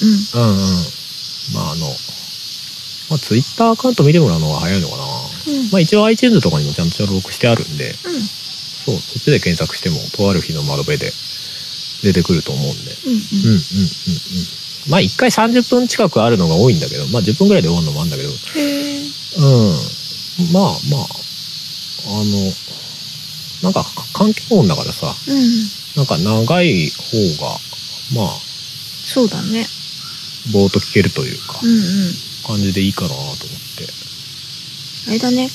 Speaker 1: んうん。まああの、まあ、ツイッターアカウント見てもらうのが早いのかな。
Speaker 2: うん
Speaker 1: まあ一応 iTunes とかにもちゃんと登録してあるんで、
Speaker 2: うん
Speaker 1: そう、そっちで検索しても、とある日の窓辺で出てくると思うんで。う
Speaker 2: うん
Speaker 1: んうんうんうん。まあ一回30分近くあるのが多いんだけど、まあ10分ぐらいで終わるのもあるんだけど、う
Speaker 2: へえ
Speaker 1: ん。まあまあ、あの、なんか環境音だからさ、
Speaker 2: うん
Speaker 1: なんか長い方が、まあ、
Speaker 2: そうだね
Speaker 1: ぼーっと聞けるというか
Speaker 2: う、んうん
Speaker 1: 感じでいいかなと思って。
Speaker 2: あれだね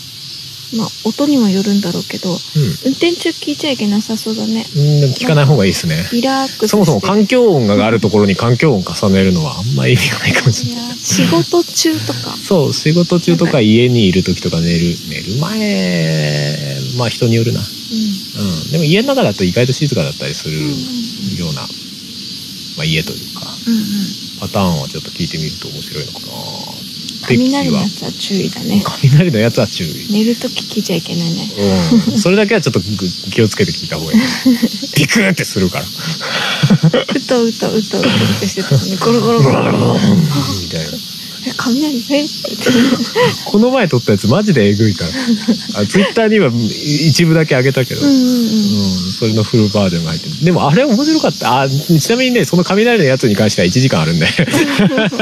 Speaker 2: まあ音にもよるんだろうけど
Speaker 1: うん。
Speaker 2: 運転中聞いちゃいけなさそうだね
Speaker 1: うん、でも聞かない方がいいですね。
Speaker 2: リラックスして
Speaker 1: そもそも環境音があるところに環境音重ねるのはあんま意味がないかもしれない。
Speaker 2: いや仕事中とか
Speaker 1: そう、仕事中とか家にいる時とか寝る、寝る前、まあ人によるな。
Speaker 2: う
Speaker 1: う
Speaker 2: ん
Speaker 1: ん。でも家の中だと意外と静かだったりする
Speaker 2: うん
Speaker 1: ような、まあ家というか、
Speaker 2: うんうん
Speaker 1: パターンはちょっと聞いてみると面白いのかなって気
Speaker 2: 雷の
Speaker 1: は
Speaker 2: や。つは注意だね
Speaker 1: 雷のやつは注意。
Speaker 2: 寝るとき聞いちゃいけないね
Speaker 1: うん。それだけはちょっとぐ気をつけて聞いた方 がいい。ビクーってするから。
Speaker 2: うとうとうとうとってしてたのにゴロゴロゴロゴロ
Speaker 1: みたいな。
Speaker 2: え雷えって言って
Speaker 1: この前撮ったやつマジでえぐいからあツイッターにはい一部だけ上げたけど、
Speaker 2: う
Speaker 1: うんん
Speaker 2: うんうん
Speaker 1: それのフルバージョンが入ってるでもあれ面白かったあちなみにねその雷のやつに関しては1時間あるんで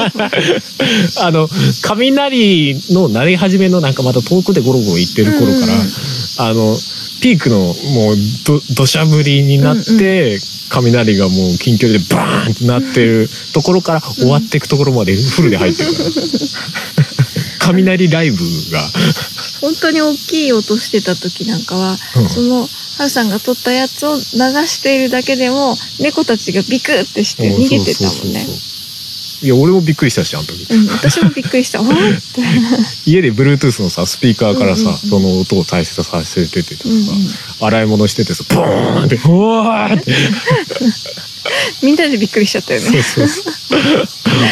Speaker 1: あの雷の鳴り始めのなんかまた遠くでゴロゴロ言ってる頃から、
Speaker 2: うんうん
Speaker 1: あのピークのもうど土砂降りになって、雷がもう近距離でバーンってなってるところから終わっていくところまでフルで入ってるから、 雷ライブが
Speaker 2: 本当に大きい音してた時なんかは、
Speaker 1: うん
Speaker 2: そのハルさんが撮ったやつを流しているだけでも猫たちがビクってして逃げてたもんね
Speaker 1: そうそうそうそういや俺もびっくりしたしあの時
Speaker 2: うん私もびっく りした「おーって
Speaker 1: 家で Bluetooth のさスピーカーからさ、
Speaker 2: うんうんうん
Speaker 1: その音を大切させててさ、
Speaker 2: うんうん
Speaker 1: 洗い物しててさボーンってうわーって
Speaker 2: みんなでびっくりしちゃったよ
Speaker 1: そう
Speaker 2: ね
Speaker 1: そうそう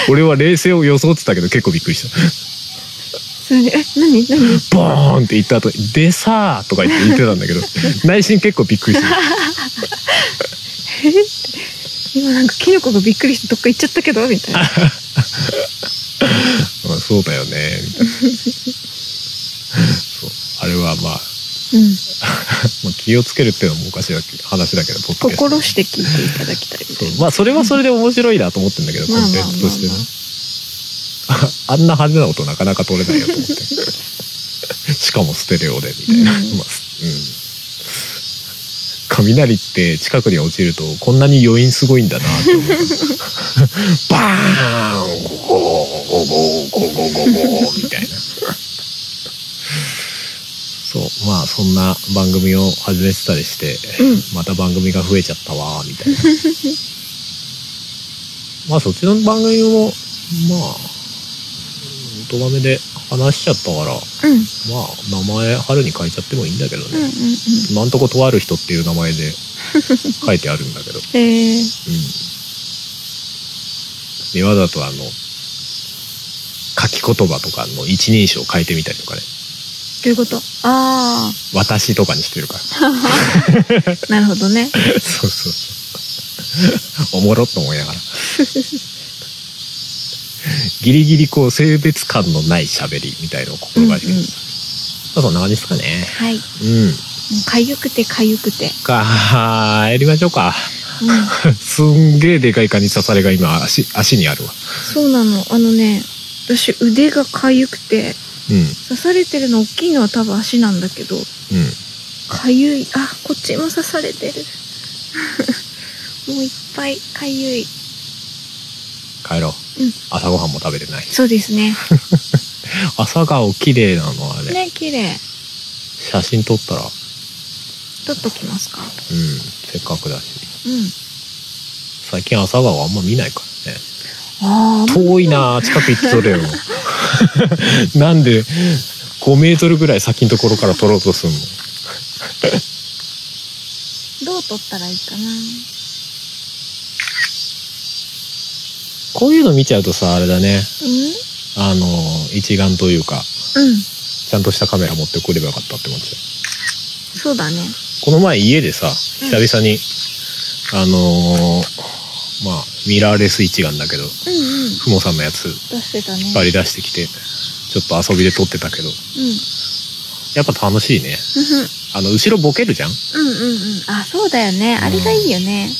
Speaker 1: 俺は冷静を装ってたけど結構びっくりした
Speaker 2: それでえ何何
Speaker 1: ボーンって言った後に「でさー」とか言って言ってたん だけど内心結構びっくりしてた
Speaker 2: えって今なんかキノコがびっくりしてどっか行っちゃったけどみたいな
Speaker 1: まあそうだよねみたいなそうあれはまあ
Speaker 2: うん
Speaker 1: まあ気をつけるっていうのもおかしいだけ話だけどポッドキャスト
Speaker 2: 心して聞いていただきたいみた
Speaker 1: そ
Speaker 2: いうな
Speaker 1: まあそれはそれで面白いなと思ってんだけど、
Speaker 2: まあ
Speaker 1: コンテンツとしてね
Speaker 2: まあ
Speaker 1: あんな派手な音なかなか取れないよと思って しかもステレオでみたいな、
Speaker 2: うん
Speaker 1: まあうん雷って近くに落ちるとこんなに余韻すごいんだなって 思うバーンゴゴゴゴゴゴゴみたいなそうまあそんな番組を始めてたりして、
Speaker 2: うん
Speaker 1: また番組が増えちゃったわーみたいな まあそっちの番組もまあ音がめで話しちゃったから
Speaker 2: うんうん
Speaker 1: まあ名前春に変えちゃってもいいんだけど
Speaker 2: うんう
Speaker 1: ね、
Speaker 2: ん
Speaker 1: 今んとことある人っていう名前で書いてあるんだけど
Speaker 2: えー
Speaker 1: うん今だとあの書き言葉とかの一人称変えてみたりとかね
Speaker 2: どういうことあ
Speaker 1: 私とかにしてるから
Speaker 2: あなるほどね
Speaker 1: そうそうそう。おもろっと思いながら。ギリギリこう性別感のない喋りみたいのを心がけて
Speaker 2: うんうん
Speaker 1: まあそんな感じですかね。
Speaker 2: はいも
Speaker 1: うん。
Speaker 2: うかゆくてかゆくて
Speaker 1: か、やりましょうか。
Speaker 2: うん
Speaker 1: すんげえでかい蚊に刺されが今足、足にあるわ。
Speaker 2: そうなの。あのね、私腕が痒くて、
Speaker 1: うん。うん。
Speaker 2: 刺されてるの大きいのは多分足なんだけど、痒い。あ、こっちも刺されてる。 もういっぱいかゆい。
Speaker 1: 帰ろう、
Speaker 2: うん
Speaker 1: 朝ごはんも食べてない
Speaker 2: そうですね。
Speaker 1: 朝顔綺麗なのあれ、
Speaker 2: ね、綺麗。
Speaker 1: 写真撮ったらうん
Speaker 2: 取っときますか。
Speaker 1: せっかくだし
Speaker 2: うん。
Speaker 1: 最近朝顔あんま見ないからね
Speaker 2: ああ、
Speaker 1: 遠いなあ近く行って撮れよ なんで5メートルぐらい先のところから撮ろうとすんの
Speaker 2: どう取ったらいいかな。
Speaker 1: こういうの見ちゃうとさあれだね
Speaker 2: う
Speaker 1: あの一眼というか
Speaker 2: んうん。
Speaker 1: ちゃんとしたカメラ持ってくればよかったって思っちゃう
Speaker 2: そうだね。
Speaker 1: この前家でさ久々に、あのーまあミラーレス一眼だけど
Speaker 2: うんうん。
Speaker 1: ふもさんのやつ
Speaker 2: 出してたね。
Speaker 1: 引っ張り出してきてちょっと遊びで撮ってたけど
Speaker 2: うん。
Speaker 1: やっぱ楽しいね
Speaker 2: う
Speaker 1: あの後ろボケるじゃん
Speaker 2: んうんうん。あ、そうだよね。あれがいいよね。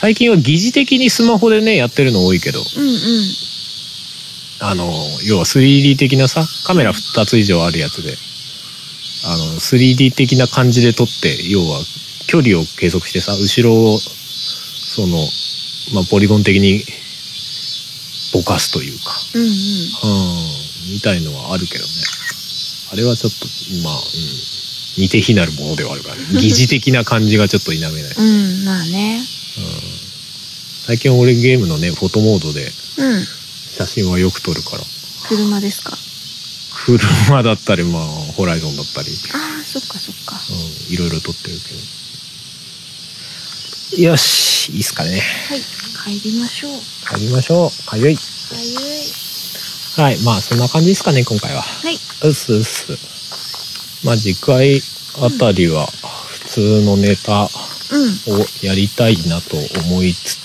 Speaker 1: 最近は疑似的にスマホでねやってるの多いけど
Speaker 2: うんうん。
Speaker 1: あの要は 3D 的なさカメラ2つ以上あるやつであの 3D 的な感じで撮って要は距離を計測してさ後ろをその、まあ、ポリゴン的にぼかすというか
Speaker 2: うんう
Speaker 1: う
Speaker 2: ん。
Speaker 1: んみたいのはあるけどねあれはちょっとまあ、うん、似て非なるものではあるから、ね、疑似的な感じがちょっと否めない、うん、
Speaker 2: うん、まあね。
Speaker 1: 最近俺ゲームのねフォトモードで
Speaker 2: うん。
Speaker 1: 写真はよく撮るから
Speaker 2: 車ですか。
Speaker 1: 車だったりまあホライゾンだったり、
Speaker 2: ああ、そっかそっか。
Speaker 1: うん、いろいろ撮ってるけどよしいいっすかね
Speaker 2: はい。帰りましょう。
Speaker 1: 帰りましょうかゆい
Speaker 2: かゆい。
Speaker 1: はいまあそんな感じですかね今回は
Speaker 2: はい。
Speaker 1: うっすうっすまあ次回あたりは普通のネタ
Speaker 2: うん。
Speaker 1: をやりたいなと思いつ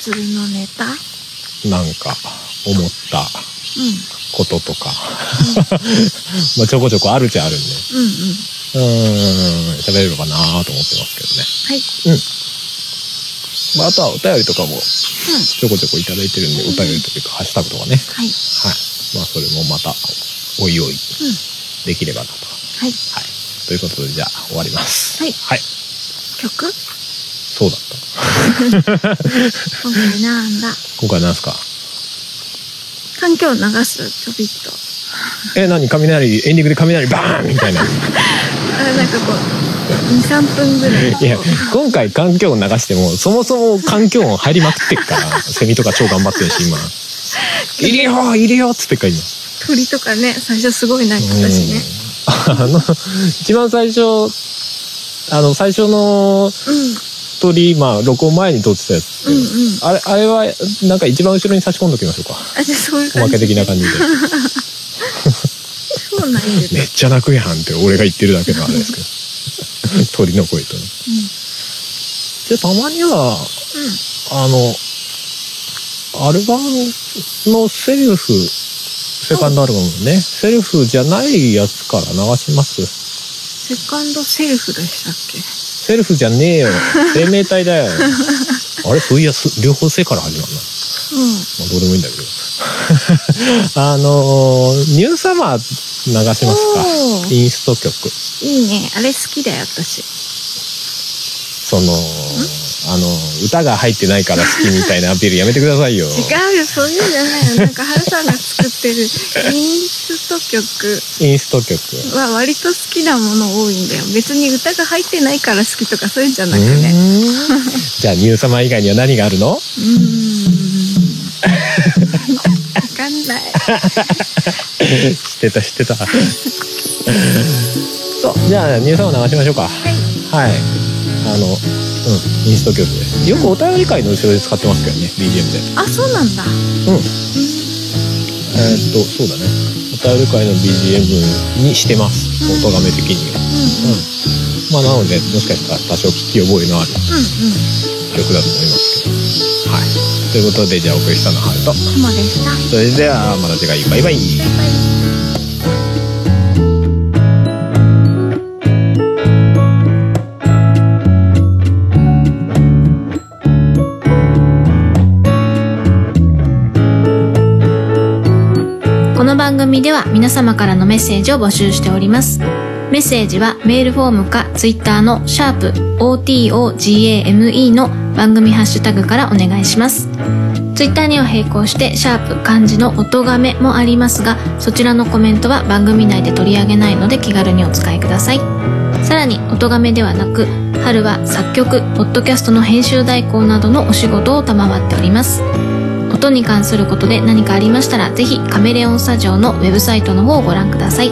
Speaker 2: 釣りのネタ。うん。
Speaker 1: つなんか思ったことと かまあちょこちょこあるっちゃあるんで
Speaker 2: うんうん。
Speaker 1: うーん喋れるかなと思ってますけどね
Speaker 2: はい。
Speaker 1: まあ、あとはお便りとかも
Speaker 2: うん。
Speaker 1: ちょこちょこいただいてるんで、お便りというか、ハッシュタグとかね。
Speaker 2: はい。
Speaker 1: はい。まあ、それもまた、おいおい、
Speaker 2: うん。
Speaker 1: できればなと。
Speaker 2: はい。
Speaker 1: はい。ということで、じゃあ、終わります。
Speaker 2: はい
Speaker 1: はい。
Speaker 2: 曲
Speaker 1: そうだった。
Speaker 2: 今回なんだ。
Speaker 1: 今回なんすか
Speaker 2: 環境を流す、ちょびっと。
Speaker 1: え、何雷、エンディングで雷バーンみたいな。い
Speaker 2: あなんかこう、2、3分ぐらい。
Speaker 1: や
Speaker 2: こう、
Speaker 1: 今回環境音流しても、そもそも環境音入りまくってっから、セミとか超頑張ってるし、 今。入れよう入れようっつってっから、今。
Speaker 2: 鳥とかね、最初すごい鳴いてたしね。
Speaker 1: うん。あの、一番最初、あの、最初の
Speaker 2: うん。
Speaker 1: 鳥、まあ、録音前に撮ってたやつ。
Speaker 2: うんうん。
Speaker 1: あれ、あれは、なんか一番後ろに差し込んどきましょうか。
Speaker 2: あ、じゃあそういう
Speaker 1: お
Speaker 2: 感
Speaker 1: まけ
Speaker 2: じ。
Speaker 1: 的な 感じで。
Speaker 2: そうなんです
Speaker 1: めっちゃ泣くやんって俺が言ってるだけのあれですけ ど。鳥の声とね。
Speaker 2: うん。うん。
Speaker 1: で、たまには、あの、アルバムのセルフ、セカンドアルバムのね、セルフじゃないやつから流します。
Speaker 2: セカンドセルフでしたっけ
Speaker 1: セルフじゃねえ よ。生命体だよ。あれそういや、す両方性から始まるな。
Speaker 2: う
Speaker 1: まあ、どうでもいいんだけど。 あのーニューサマー流しますか。
Speaker 2: おー
Speaker 1: インスト曲。
Speaker 2: ん。いいね。あれ好きだよ、私。
Speaker 1: その、あのー歌が入ってないから好きみたいなアピールやめてくださいよ。
Speaker 2: 違うよ、そういうんじゃないよ。なんか、ハルさんが作ってるインスト曲
Speaker 1: インスト曲。う
Speaker 2: は割と好きなもの多いんだよ。別に歌が入ってないから好きとかそういうんじゃな
Speaker 1: ー
Speaker 2: くね。
Speaker 1: ん。 じゃあ、ニューサマー以外には何があるの
Speaker 2: うーん。わかんない。
Speaker 1: 知ってた、知 ってた。そう、じゃあ、ニューサマー流しましょうか。
Speaker 2: はい。
Speaker 1: はい。あの、うん、インスト曲です。よくお便り会の後ろで使ってますけどね、BGM で。
Speaker 2: あ、そうなんだ。
Speaker 1: うん。えーっと、そうだね。お便り会の BGM にしてます。音がめ的には。
Speaker 2: うん。うん。
Speaker 1: うん。まあ、なので、もしかしたら多少聞き覚えのある
Speaker 2: うん。
Speaker 1: 曲だと思いますけど。はい。ということで、じゃあお送りしたのはハルと。
Speaker 2: コモでした。
Speaker 1: それでは、また次回、バイバイ。
Speaker 2: バイ。
Speaker 3: この番組では皆様からのメッセージを募集しております
Speaker 2: メッセージはメールフォームかツイッターのシャープ o t o g a m e の番組ハッシュタグからお願いします。ツイッターには並行して、シャープ漢字の音がめもありますが、そちらのコメントは番組内で取り上げないので気軽にお使いください。さらに、音がめではなく、春は作曲、ポッドキャストの編集代行などのお仕事を賜っております。音に関することで何かありましたら、ぜひカメレオンスタジオのウェブサイトの方をご覧ください。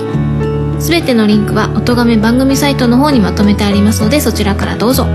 Speaker 2: すべてのリンクは音がめ番組サイトの方にまとめてありますので、そちらからどうぞ。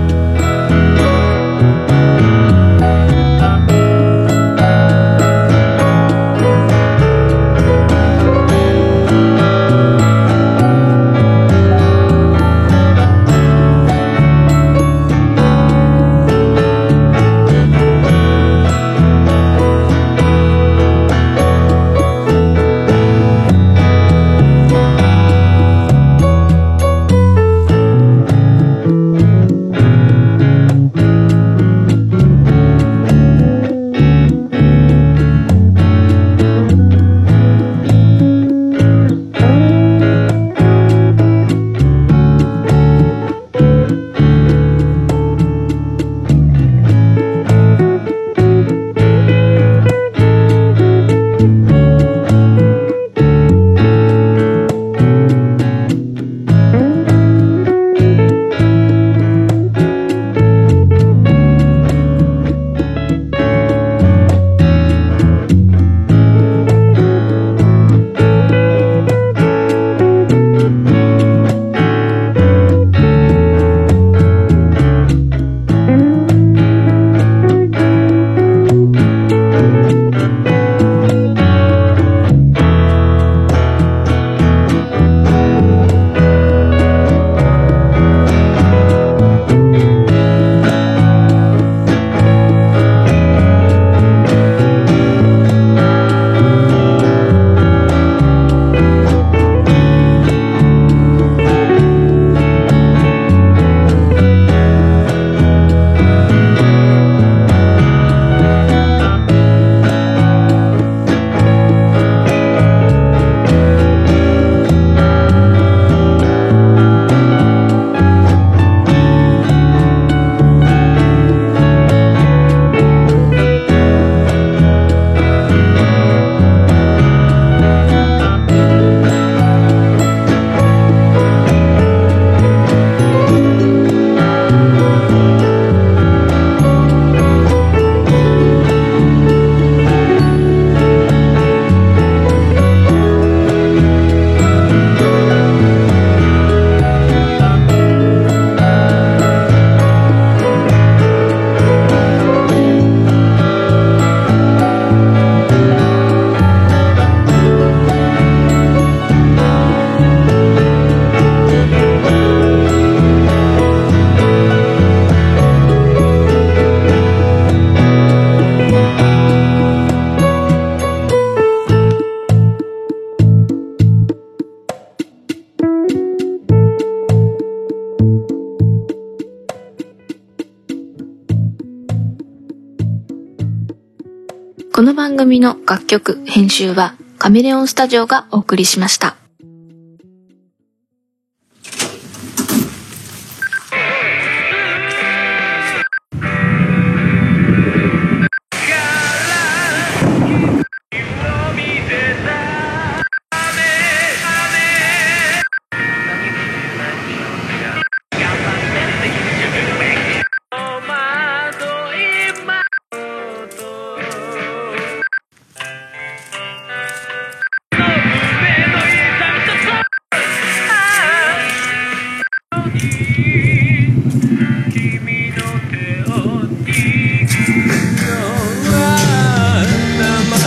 Speaker 2: この番組の楽曲、編集はカメレオンスタジオがお送りしました。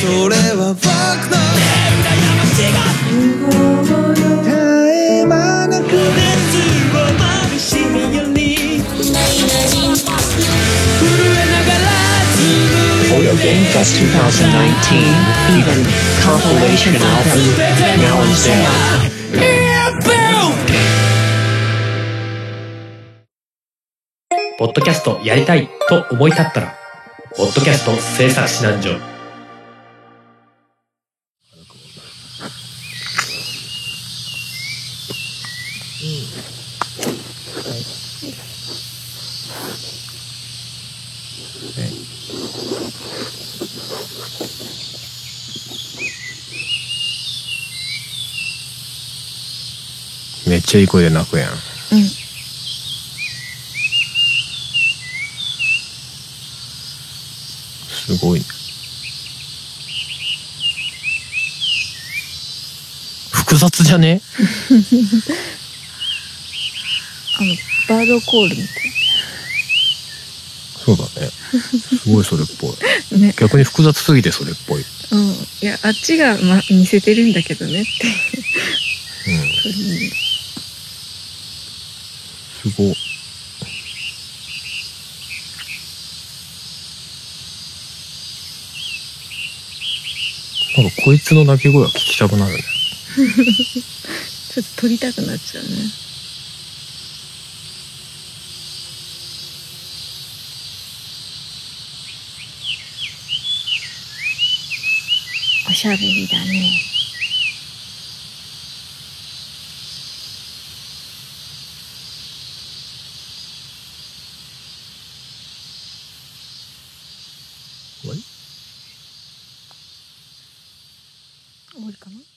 Speaker 4: それは僕の絶え間なく熱
Speaker 5: Podcast 2019 Even Compilation Album Now on sale
Speaker 6: boom!
Speaker 7: ポッドキャストやりたいと思い立ったら、ポッドキャスト制作指南所。
Speaker 1: めっちゃいい声で泣くやんすごいね複雑じゃね
Speaker 2: バードコールみたい
Speaker 1: そうだねすごいそれっぽい
Speaker 2: な。ね。
Speaker 1: 逆に複雑すぎてそれっぽい、うん、
Speaker 2: うん。いや、あっちが、ま、似せてるんだけどねっていう。
Speaker 1: すごいなんかこいつの鳴き声は聞きたくなるね
Speaker 2: ちょっと撮りたくなっちゃうね。おしゃべりだね。終わりかな